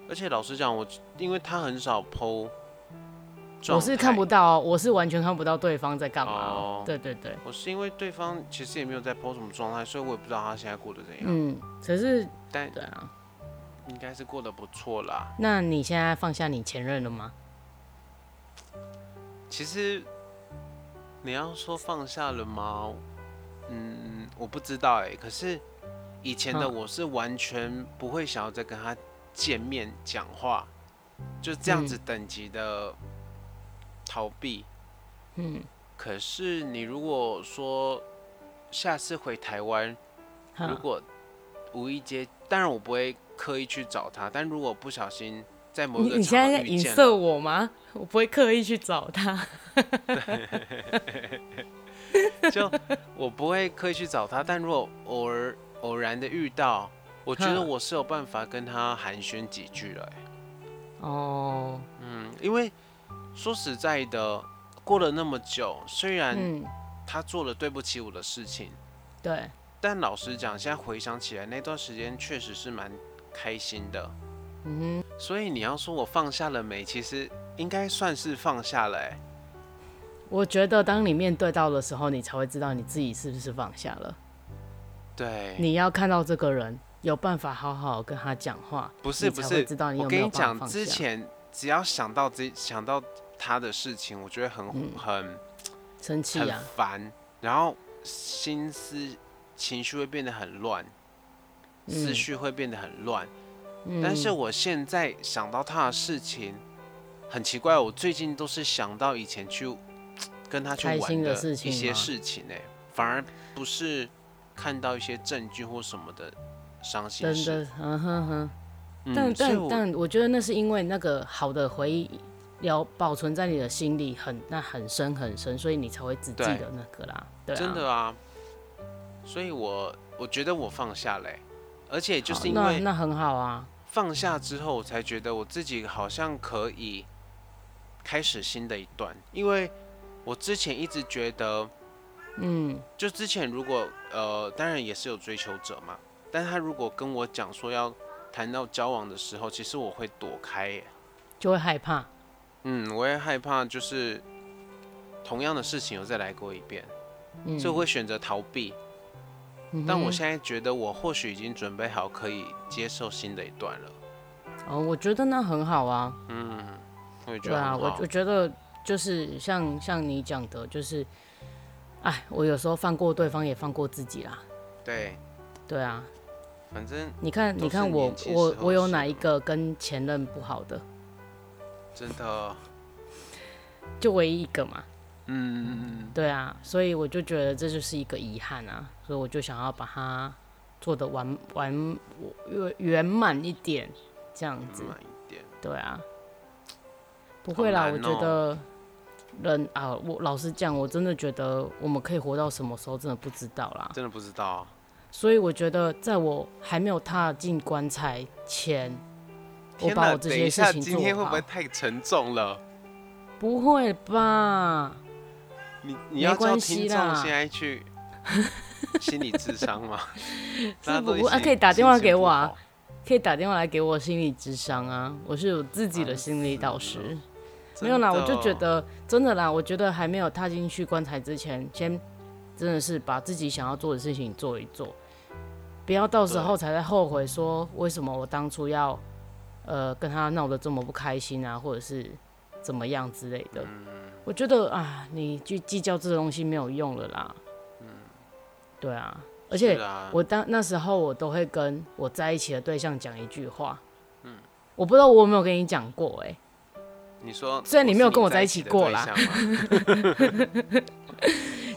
A: 而且老实讲，我因为他很少剖，
B: 我是看不，到、哦，我是完全看不到对方在干嘛、哦
A: 哦。
B: 对对对，
A: 我是因为对方其实也没有在剖什么状态，所以我也不知道他现在过得怎样。
B: 嗯，可是
A: 但
B: 对啊，
A: 应该是过得不错啦。
B: 那你现在放下你前任了吗？
A: 其实你要说放下了吗？嗯，我不知道哎、可是以前的
B: 嗯
A: 我是完全不会想要再跟他见面讲话，就这样子等级的逃避。
B: 嗯，
A: 可是你如果说下次回台湾，
B: 哈
A: 如果无意间，当然我不会刻意去找他，但如果不小心在某一
B: 你
A: 个
B: 你现
A: 场
B: 在
A: 合
B: 在
A: 遇
B: 影
A: 见了
B: 射我吗？我不会刻意去 找他。
A: 就我不会刻意去找他，但如果偶尔偶然的遇到，我觉得
B: 哼
A: 我是有办法跟他寒暄几句了欸、
B: 哦，
A: 嗯，因为说实在的，过了那么久，虽然
B: 嗯，
A: 他做了对不起我的事情，
B: 对，
A: 但老实讲，现在回想起来，那段时间确实是蛮开心的。
B: 嗯哼，
A: 所以你要说我放下了没？其实应该算是放下了、欸。
B: 我觉得当你面对到的时候，你才会知道你自己是不是放下了。
A: 对，
B: 你要看到这个人有办法好好跟他讲话，
A: 不
B: 你
A: 是不
B: 才会
A: 是，
B: 知道你
A: 我
B: 有没
A: 跟
B: 有
A: 你
B: 办
A: 讲
B: 法，放
A: 之
B: 下。
A: 前只要想到这想到他的事情，我觉得很、很
B: 生气
A: 很
B: 嗯啊，
A: 烦，然后心思情绪会变得很乱，思
B: 嗯
A: 绪会变得很乱。
B: 嗯
A: 但是我现在想到他的事情，很奇怪，我最近都是想到以前去跟他去
B: 开心
A: 玩
B: 的
A: 的
B: 事
A: 一
B: 情
A: 些
B: 吗
A: 事情呢、欸反而不是看到一些证据或什么的伤心
B: 真
A: 事。
B: 的，嗯哼哼。
A: 嗯
B: 但
A: 所以
B: 但
A: 我
B: 但，我觉得那是因为那个好的回忆要保存在你的心里很那很深很深，所以你才会只记
A: 对
B: 得那个啦。对、啊，
A: 真的啊，所以我我觉得我放下了欸、而且就
B: 好
A: 是因
B: 那
A: 为
B: 那很好啊。
A: 放下之后，我才觉得我自己好像可以开始新的一段，因为我之前一直觉得，
B: 嗯，
A: 就之前如果呃，当然也是有追求者嘛，但他如果跟我讲说要谈到交往的时候，其实我会躲开耶、
B: 就会害怕。
A: 嗯，我也害怕，就是同样的事情又再来过一遍，
B: 嗯，
A: 所以我会选择逃避。
B: 嗯哼
A: 但我现在觉得，我或许已经准备好可以接受新的一段了。
B: 哦，我觉得那很好啊，
A: 嗯，我也觉
B: 对
A: 得
B: 啊，
A: 很
B: 我
A: 好
B: 我。觉得就是像像你讲的，就是，哎，我有时候放过对方，也放过自己啦。
A: 对，
B: 对啊，
A: 反正
B: 你看，
A: 都
B: 你
A: 是
B: 看我
A: 年轻
B: 我
A: 时候
B: 我有
A: 是
B: 哪一
A: 的
B: 个跟前任不好的？
A: 真的，
B: 就唯一一个嘛。
A: 嗯，
B: 对啊，所以我就觉得这就是一个遗憾啊，所以我就想要把它做的完完圆圆满一点，这样子。
A: 慢一点。
B: 对啊，不会啦，
A: 嗯好难哦
B: 我觉得人啊，我老实讲，我真的觉得我们可以活到什么时候，真的不知道啦。
A: 真的不知道啊，
B: 所以我觉得，在我还没有踏进棺材前，我
A: 天
B: 把
A: 哪！
B: 我这
A: 等
B: 些
A: 一
B: 事
A: 下，
B: 情
A: 今
B: 做
A: 天会不
B: 好
A: 会太沉重了？
B: 不会吧？
A: 你你要叫
B: 没关系
A: 听众
B: 啦
A: 现在去 心理智商吗？
B: 是
A: 大家
B: 不
A: 都一
B: 过啊
A: 起
B: 可以打
A: 心
B: 电话
A: 情
B: 给
A: 不
B: 我啊
A: 好
B: 可以打电话来给我心理智商啊，我是有自己的
A: 烦
B: 心理导
A: 死
B: 师
A: 了。
B: 没有啦，
A: 啊真
B: 我
A: 的哦
B: 就觉得真的啦，我觉得还没有踏进去棺材之前，先真的是把自己想要做的事情做一做，不要到时候才在后悔说为什么我当初要呃跟他闹得这么不开心啊，或者是怎么样之类的。
A: 嗯
B: 我觉得啊，你去计较这东西没有用了啦。嗯，对啊，而且
A: 是啊
B: 我当那时候我都会跟我在一起的对象讲一句话。嗯，我不知道我有没有跟你讲过哎、
A: 你说，
B: 虽然你
A: 我
B: 没有
A: 是
B: 跟我
A: 在
B: 在一
A: 一
B: 起
A: 的
B: 过
A: 对
B: 啦
A: 象吗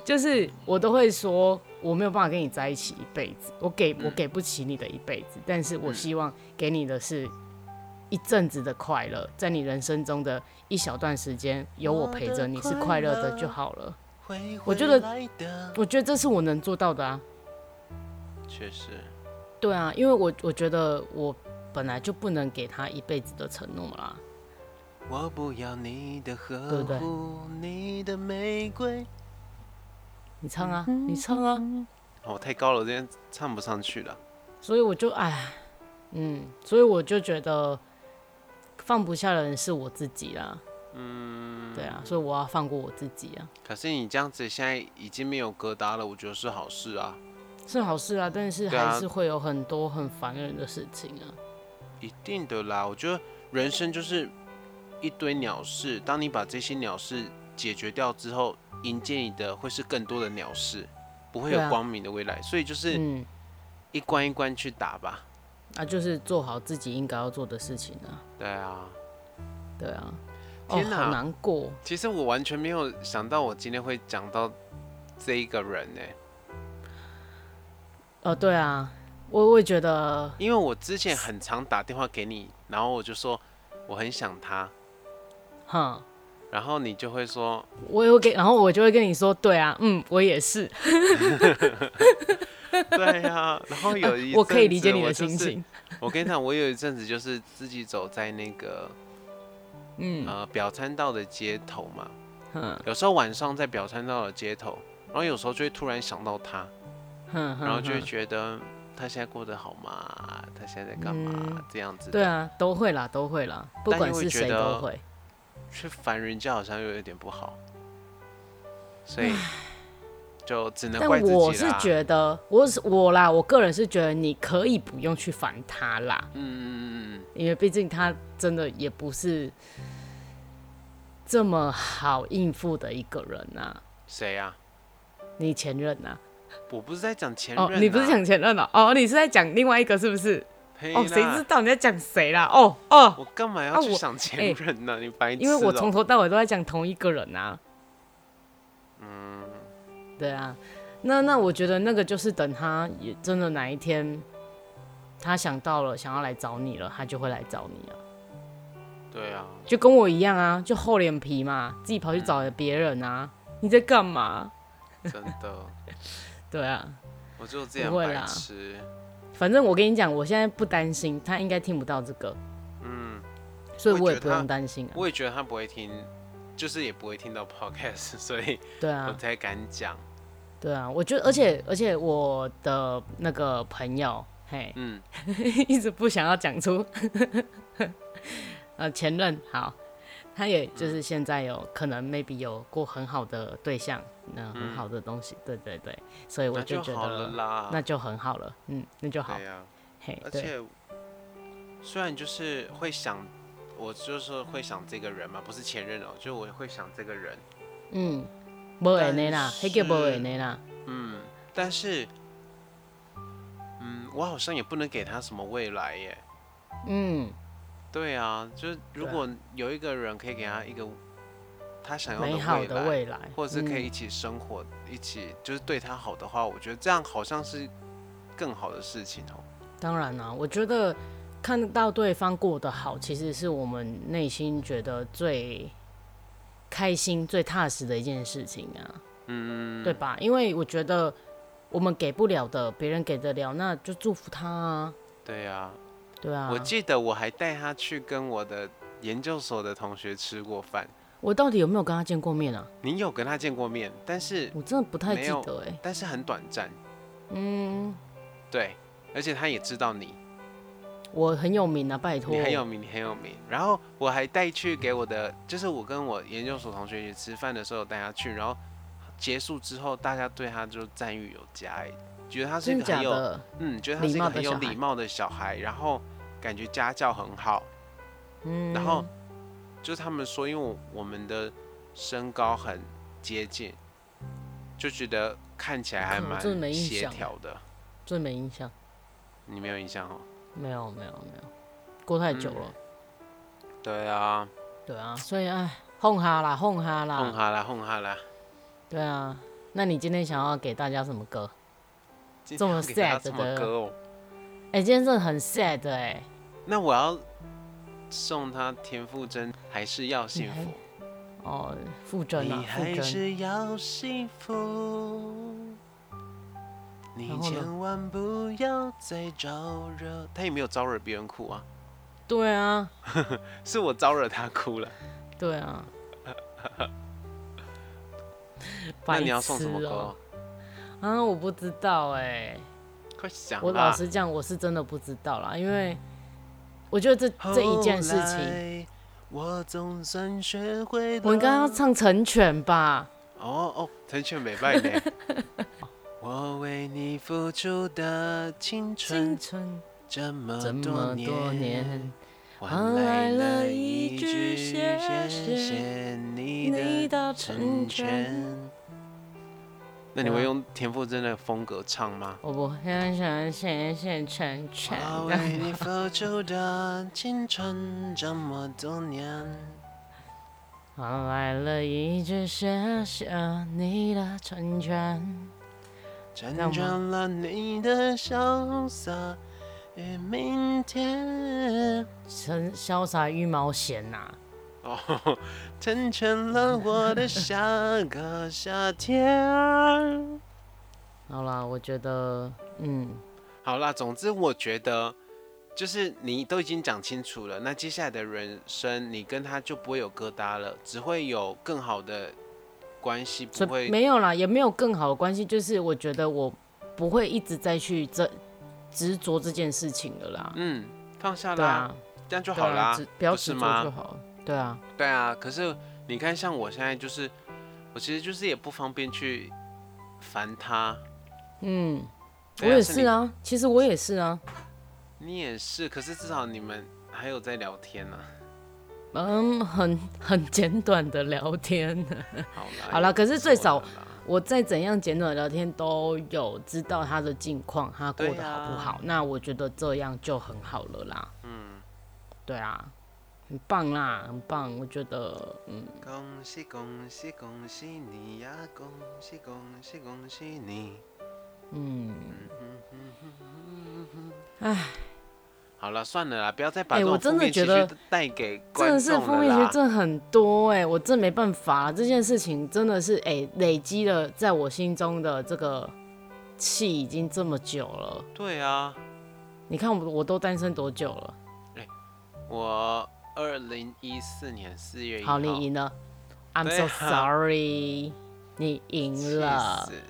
B: 就是我都会说，我没有办法跟你在一起一辈子，我给我给不起你的一辈子，但是我希望给你的是一阵子的快乐，在你人生中的一小段时间，有我陪着你是快乐的就好了。 我觉得我觉得这是我能做到的啊，
A: 确实，
B: 对啊，因为我我觉得我本来就不能给他一辈子的承诺啦，
A: 我不要你的
B: 对
A: 呵
B: 不对
A: 护，你的玫瑰。
B: 你唱啊，你唱啊，
A: 哦，太高了，今天唱不上去了。
B: 所以我就哎，嗯，所以我就觉得放不下的人是我自己啦。嗯，对啊，所以我要放过我自己啊，
A: 可是你这样子现在已经没有疙瘩了，我觉得是好事啊，
B: 是好事啊，但是
A: 对啊
B: 还是会有很多很烦人的事情啊。
A: 一定的啦。我觉得人生就是一堆鸟事，当你把这些鸟事解决掉之后，迎接你的会是更多的鸟事，不会
B: 对啊
A: 有光明的未来。所以就是
B: 嗯，
A: 一关一关去打吧。
B: 啊，就是做好自己应该要做的事情啊。
A: 对啊，
B: 对啊，哦，
A: 天哪
B: 好难过。
A: 其实我完全没有想到我今天会讲到这一个人欸呢、
B: 哦，对啊，我我也觉得，
A: 因为我之前很常打电话给你，然后我就说我很想他，
B: 哈，
A: 然后你就会 说，
B: 我也会跟，然后我就会跟你说，对啊，嗯，我也是，
A: 对呀、然后有一、
B: 啊我可以理解你的心。
A: 我
B: 情。
A: 就是 我跟你讲，我有一阵子就是自己走在那个
B: 嗯
A: 呃表参道的街头嘛，
B: 哼
A: 有时候晚上在表参道的街头，然后有时候就会突然想到他，
B: 哼哼，
A: 然后就会
B: 哼
A: 觉得他现在过得好吗？他现在在干嘛？
B: 嗯
A: 这样子。
B: 对啊，都会啦，都会啦，不
A: 但
B: 管
A: 又会
B: 是
A: 觉
B: 谁
A: 得
B: 都会。
A: 去烦人家好像又有点不好，所以就只能
B: 但
A: 怪自己啦。
B: 我是觉得，我是我啦，我个人是觉得你可以不用去烦他啦，
A: 嗯，嗯嗯嗯
B: 因为毕竟他真的也不是这么好应付的一个人啊。
A: 嗯，谁呀、
B: 你前任啊？
A: 我不是在讲前任、啊
B: 哦，你不是讲，前任了、哦，你是在讲另外一个是不是？
A: 嘿啦
B: 哦，谁知？道你在讲谁啦？哦哦，
A: 我干嘛
B: 啊
A: 要去
B: 我
A: 想前任呢、你白痴、哦
B: 因为我从头到尾都在讲同一个人啊。嗯，对啊，那那我觉得那个就是等他也真的哪一天他想到了想要来找你了，他就会来找你啊，
A: 对啊，
B: 就跟我一样啊，就厚脸皮嘛，自己
A: 嗯
B: 跑去找别人啊，你在干嘛？
A: 真的，
B: 对啊，
A: 我就这样
B: 不会
A: 白
B: 啦
A: 痴。
B: 反正我跟你讲，我现在不担心，他应该听不到这个，
A: 嗯，
B: 所以
A: 我
B: 我
A: 觉
B: 也
A: 得
B: 不
A: 他
B: 用担心啊。
A: 我也觉得他不会听，就是也不会听到 podcast，所以
B: 对
A: 我
B: 啊，
A: 才敢讲。
B: 对啊，我觉得，而且而且我的那个朋友，嘿，
A: 嗯，
B: 一直不想要讲出，呃，前任好，他也就是现在有、可能 maybe 有过很好的对象，那很好的东西，对对对，所以我
A: 嗯那就
B: 觉
A: 好了
B: 得
A: 啦。
B: 那就很好了，嗯，那就好
A: 对，啊呀、
B: 嘿，
A: 而
B: 对，
A: 且虽然就是会想，我就是会想这个人嘛，不是前任哦，就我会想这个人，
B: 嗯，无会呢啦，
A: 但
B: 迄叫无会
A: 是
B: 呢啦，
A: 嗯，但是，嗯，我好像也不能给他什么未来耶。
B: 嗯，
A: 对啊，就是如
B: 对啊
A: 果有一个人可以给他一个他想要
B: 美好的未来，
A: 或者是可以
B: 嗯
A: 一起生活，一起就是对他好的话，我觉得这样好像是更好的事情哦。
B: 当然啦、我觉得看到对方过得好，其实是我们内心觉得最开心、最踏实的一件事情啊，
A: 嗯，
B: 对吧？因为我觉得我们给不了的，别人给得了，那就祝福他啊，
A: 对啊，
B: 对啊。
A: 我记得我还带他去跟我的研究所的同学吃过饭。
B: 我到底有没有跟他见过面啊？
A: 你有跟他见过面，但是
B: 我真的不太
A: 没
B: 记
A: 有
B: 得哎、
A: 但是很短暂，
B: 嗯，
A: 对，而且他也知道你，
B: 我很有名啊，拜托
A: 你。很有名，你很有名。然后我还带去给我的，就是我跟我研究所同学一起吃饭的时候带他去，然后结束之后，大家对他就赞誉有加，哎，觉得他是一
B: 真的
A: 个
B: 假
A: 很有，
B: 的？
A: 嗯，觉得他是一个很有
B: 礼貌的小孩
A: 礼貌的小孩，然后感觉家教很好，
B: 嗯，
A: 然后就是他们说，因为我我们的身高很接近，就觉得看起来还
B: 靠我真的
A: 蛮
B: 没印
A: 协
B: 象
A: 调的。
B: 真没印象，
A: 你没有印象哦？
B: 没有没有没有，过太久
A: 嗯
B: 了。
A: 对啊，
B: 对啊，所以哎，哄哈啦，哄哈啦，
A: 哄哈啦，哄哈啦。
B: 对啊，那你今天想要给大家什么歌？
A: 今
B: 这
A: 天
B: 么
A: 要给大家
B: sad
A: 什么
B: 的
A: 歌哦？
B: 哎、今天真的很 sad 哎、
A: 那我要送他田馥甄，还是要幸福？
B: 哦，傅征啊
A: 你，
B: 傅
A: 还
B: 征，
A: 是要幸福，你
B: 然后呢
A: 千万不要再招惹。他也没有招惹别人哭啊，
B: 对啊，
A: 是我招惹他哭了。
B: 对啊。
A: 那
B: 白
A: 你要送什
B: 痴
A: 么
B: 哦
A: 歌？
B: 啊，我不知道哎、
A: 快想
B: 我老
A: 啦！
B: 实讲，我是真的不知道啦，因为我觉得这这一件事
A: 后
B: 情，
A: 来我总算学会了。
B: 我应该要唱《成全》吧？
A: 哦哦，陈全美败 呢。我为你付出的青春
B: 青春
A: 这么
B: 这
A: 多
B: 么
A: 年，
B: 多年，
A: 换来了一句谢谢你
B: 你
A: 的
B: 的
A: 成
B: 成全。
A: 全。那你会用田馥甄的风格唱吗？
B: 我不很想谢谢成全，
A: 我为你付出的青春这么多 年，
B: 换来了一句谢谢你的成全。
A: 成全了你的潇洒与明天。
B: 成潇洒羽毛弦呐、
A: 哦，成全了我的下个夏天。
B: 好啦，我觉得，嗯，
A: 好啦，总之我觉得，就是你都已经讲清楚了，那接下来的人生，你跟他就不会有疙瘩了，只会有更好的关系，不
B: 所
A: 会
B: 以没有啦，也没有更好的关系，就是我觉得我不会一直再去这执着这件事情了啦。
A: 嗯放下
B: 对
A: 啦，
B: 啊，
A: 这样就
B: 对
A: 好啦，
B: 啊，只不要
A: 是
B: 执着
A: 吗
B: 就好了。对啊，
A: 对啊，可是你看，像我现在就是，我其实就是也不方便去烦他。
B: 嗯，我
A: 对啊
B: 也是，啊，其实我也是啊。
A: 你你也是，可是至少你们还有在聊天呢、啊
B: 嗯，很很简短的聊天，
A: 好啦，
B: 好啦
A: 也
B: 可是
A: 不
B: 最
A: 错
B: 少
A: 了啦
B: 我再怎样简短的聊天都有知道他的近况，他过得好不好、
A: 啊
B: 那我觉得这样就很好了啦。嗯，对啊，很棒啦，很棒。我觉得，嗯，
A: 恭喜恭喜恭喜你呀、恭喜恭喜恭喜你！
B: 嗯
A: 嗯唉，好了，算了啦，不要再把
B: 哎
A: 这种
B: 我真的
A: 负面
B: 觉
A: 情
B: 得
A: 绪带给
B: 真
A: 观
B: 的是
A: 众
B: 负
A: 了
B: 面情
A: 啦
B: 绪。真的很多哎、我真没办法啦这件事情真的是哎、累积了在我心中的这个气已经这么久了。
A: 对啊，
B: 你看我我都单身多久了？
A: 我二零一四年四月一号，
B: 好，你赢了
A: 哎
B: ，I'm
A: 对
B: so
A: 啊
B: sorry，你赢
A: 气
B: 了。嗯
A: 死！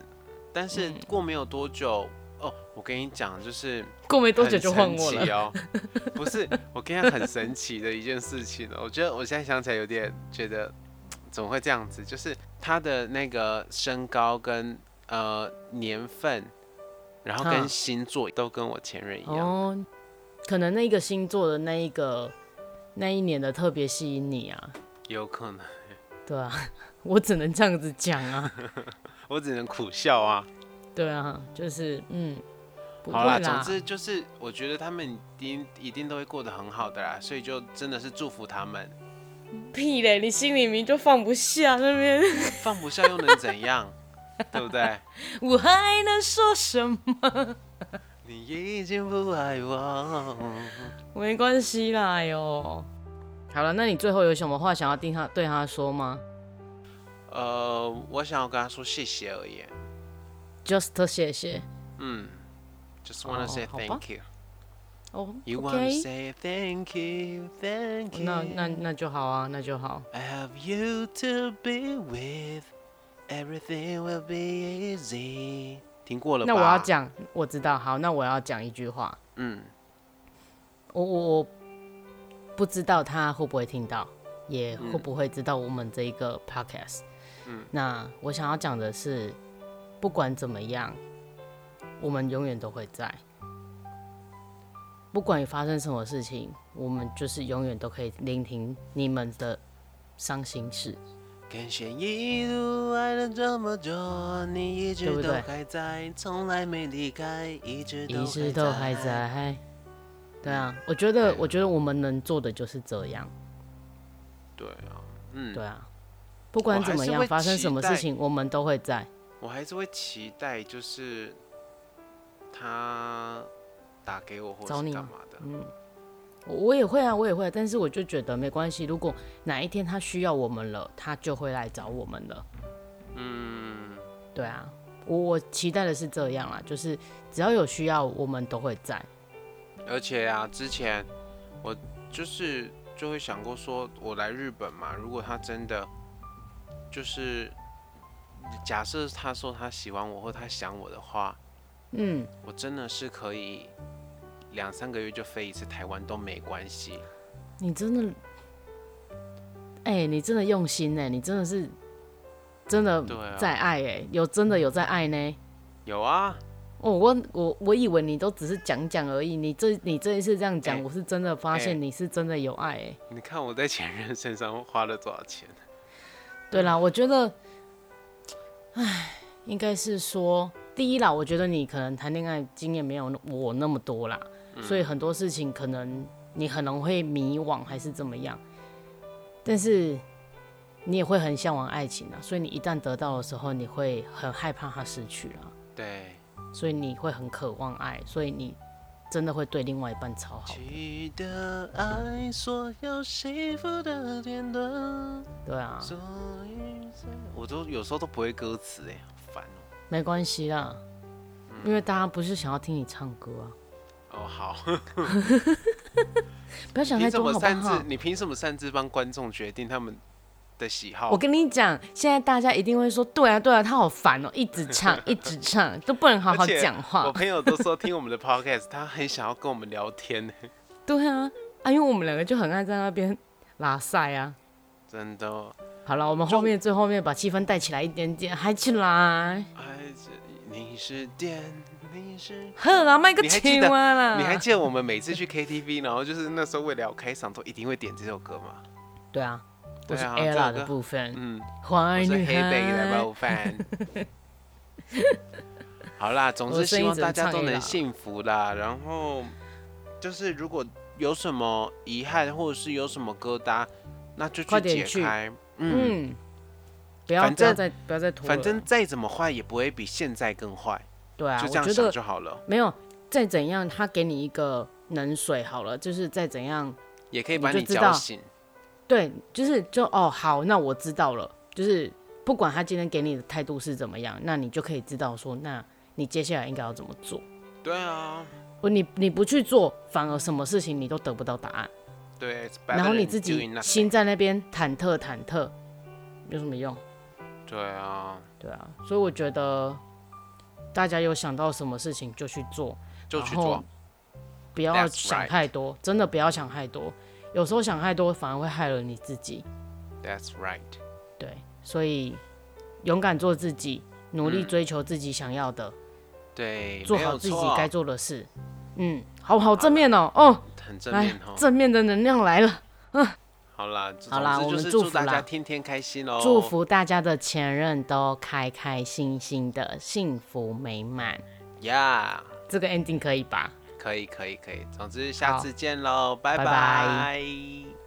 A: 但是过没有多久，哦，我跟你讲，就是
B: 过没多久
A: 很
B: 就换
A: 神
B: 我
A: 奇
B: 了。
A: 哦，不是，我跟你讲很神奇的一件事情哦，我觉得我现在想起来有点觉得怎么会这样子？就是他的那个身高跟呃年份，然后跟
B: 嗯
A: 星座都跟我前任一样。
B: 哦，可能那个星座的那一个那一年的特别吸引你啊，
A: 有可能，
B: 对啊， 我只能这样子讲啊，
A: 我只能苦笑啊。
B: 对啊，就是嗯，不会
A: 好啦，总
B: 啦，
A: 之就是我觉得他们一定一定都会过得很好的啦，所以就真的是祝福他们。
B: 屁嘞，你心里明就放不下那边，
A: 放不下又能怎样？对不对？
B: 我还能说什么？
A: 你已经不爱我。
B: 没关系啦，哎呦。好了，那你最后有什么话想要对他对他说吗
A: 呃，我想要跟他说谢谢而已。
B: ？Just 谢谢。
A: 嗯，just wanna
B: 哦
A: say
B: 好吧
A: thank you.
B: 哦、
A: You
B: o
A: wanna
B: k
A: say thank you, thank you.
B: 那那那就好啊，那就好。
A: I have you to be with. Everything will be easy. 听过了吧？
B: 那我要，讲，我知道。好，那我要讲一句话。
A: 嗯，
B: 我我我不知道他会不会听到，也会不会知道我们这一个 podcast。嗯，那我想要讲的是，不管怎么样，我们永远都会在。不管发生什么事情，我们就是永远都可以聆听你们的伤心事。
A: 感谢一路爱了这么久，你一
B: 对
A: 直
B: 不
A: 都
B: 对
A: 还在，从来没离开，一直都嗯
B: 一直都还。在。对啊，我觉得，我觉得我们能做的就是这样。
A: 对啊，嗯，
B: 对啊，不管怎
A: 我
B: 么
A: 还是
B: 样，
A: 会
B: 发生什么事情，我们都会在。
A: 我还是会期待，就是他打给我或者
B: 找
A: 是
B: 你
A: 干
B: 吗
A: 嘛的。
B: 我我也会啊，我也会啊，但是我就觉得没关系。如果哪一天他需要我们了，他就会来找我们了。
A: 嗯，
B: 对啊，我我期待的是这样啦，就是只要有需要，我们都会在。
A: 而且啊，之前我就是就会想过说，我来日本嘛，如果他真的就是假设他说他喜欢我或他想我的话，
B: 嗯，
A: 我真的是可以两三个月就飞一次台湾都没关系。
B: 你真的，哎、你真的用心哎、你真的是真的
A: 对啊
B: 在爱哎、有真的有在爱呢。
A: 有啊，
B: 哦，我我我以为你都只是讲讲而已，你这你这一次这样讲，
A: 哎
B: 我是真的发
A: 哎
B: 现你是真的有爱哎、
A: 你看我在前任身上花了多少钱？
B: 对啦，我觉得，唉，应该是说，第一啦，我觉得你可能谈恋爱经验没有我那么多啦，所以很多事情可能你可能会迷惘还是怎么样，但是你也会很向往爱情啊，所以你一旦得到的时候，你会很害怕它失去了，
A: 对，
B: 所以你会很渴望爱，所以你真的会对另外一半超好，
A: 记得爱所有幸福的片段。
B: 对啊，
A: 所以在我都有时候都不会歌词哎、好烦哦、
B: 没关系啦，因为大家不是想要听你唱歌啊，
A: 哦，好，
B: 不要想太
A: 凭什
B: 多
A: 么
B: 好不
A: 擅自
B: 好？？
A: 你凭什么擅自帮观众决定他们的喜好？
B: 我跟你讲，现在大家一定会说，对啊，对啊，他好烦哦，一直 唱，一直唱，都不能好好
A: 而且
B: 讲
A: 我
B: 话。
A: 朋友都说听我们的 podcast，他很想要跟我们聊天 呢、
B: 对啊，啊，因为我们两个就很爱在那边拉塞啊。
A: 真的。
B: 好了，我们
A: 就
B: 后面最后面把气氛带起来一点点，嗨起来，
A: 爱着你是电，你是。
B: 呵啦， 卖个啊
A: 你还记
B: 青
A: 得
B: 蛙啦。
A: 你还记得我们每次去 KTV，然后就是那时候为了要开嗓都一定会点这首歌吗？
B: 对啊，我
A: 对
B: 是
A: 啊
B: Ella
A: 这个
B: 的部分，
A: 嗯，
B: 坏
A: 我是
B: 哎女
A: 黑背
B: 孩
A: 的。肉 饭。好啦，总
B: 我
A: 之
B: 的声
A: 希
B: 音
A: 望
B: 只
A: 大
B: 能
A: 家
B: 唱
A: 都
B: A
A: 能
B: 啦
A: 幸福啦。然后就是如果有什么遗憾或者是有什么疙瘩，那就
B: 快
A: 去
B: 点
A: 解
B: 去
A: 开。嗯，
B: 嗯，不要
A: 反
B: 不要
A: 正
B: 再不要再拖了。
A: 反正再怎么坏也不会比现在更坏，
B: 对啊，
A: 就
B: 我
A: 这样
B: 觉
A: 想
B: 得
A: 就好了。
B: 没有再怎样，他给你一个冷水好了，就是再怎样。
A: 也可以
B: 你
A: 把
B: 就
A: 你
B: 知
A: 叫
B: 道
A: 醒。
B: 对，就是就哦，好，那我知道了。就是不管他今天给你的态度是怎么样，那你就可以知道说，那你接下来应该要怎么做。
A: 对啊，
B: 不，你你不去做，反而什么事情你都得不到答案，
A: 对。it's
B: 然后
A: better
B: 你
A: than
B: 自己
A: doing nothing
B: 心在那边忐忑忐忑，有什么用？
A: 对啊，
B: 对啊，所以我觉得大家有想到什么事情就去做，
A: 就去
B: 然后
A: 做。
B: 不要
A: That's
B: 想
A: right
B: 太多真的不要想太多。有时候想太多反而会害了你自己。
A: That's right。
B: 对，所以勇敢做自己，努力追求自己想要的，
A: 对，
B: 做
A: 嗯没
B: 好
A: 有
B: 自己
A: 错啊
B: 该做的事。嗯，好好正面哦，哦，
A: 很正
B: 来
A: 面哦。
B: 正面的能量来了，
A: 好啦，总
B: 好啦
A: 之
B: 我
A: 就
B: 们
A: 是
B: 祝
A: 祝
B: 福
A: 大
B: 啦
A: 家天天开心哦，
B: 祝福大家的前任都开开心心的，幸福美满。
A: 呀
B: 这个 ending 可以吧？
A: 可以可以可以，总之下
B: 好
A: 次见喽，拜
B: 拜
A: 拜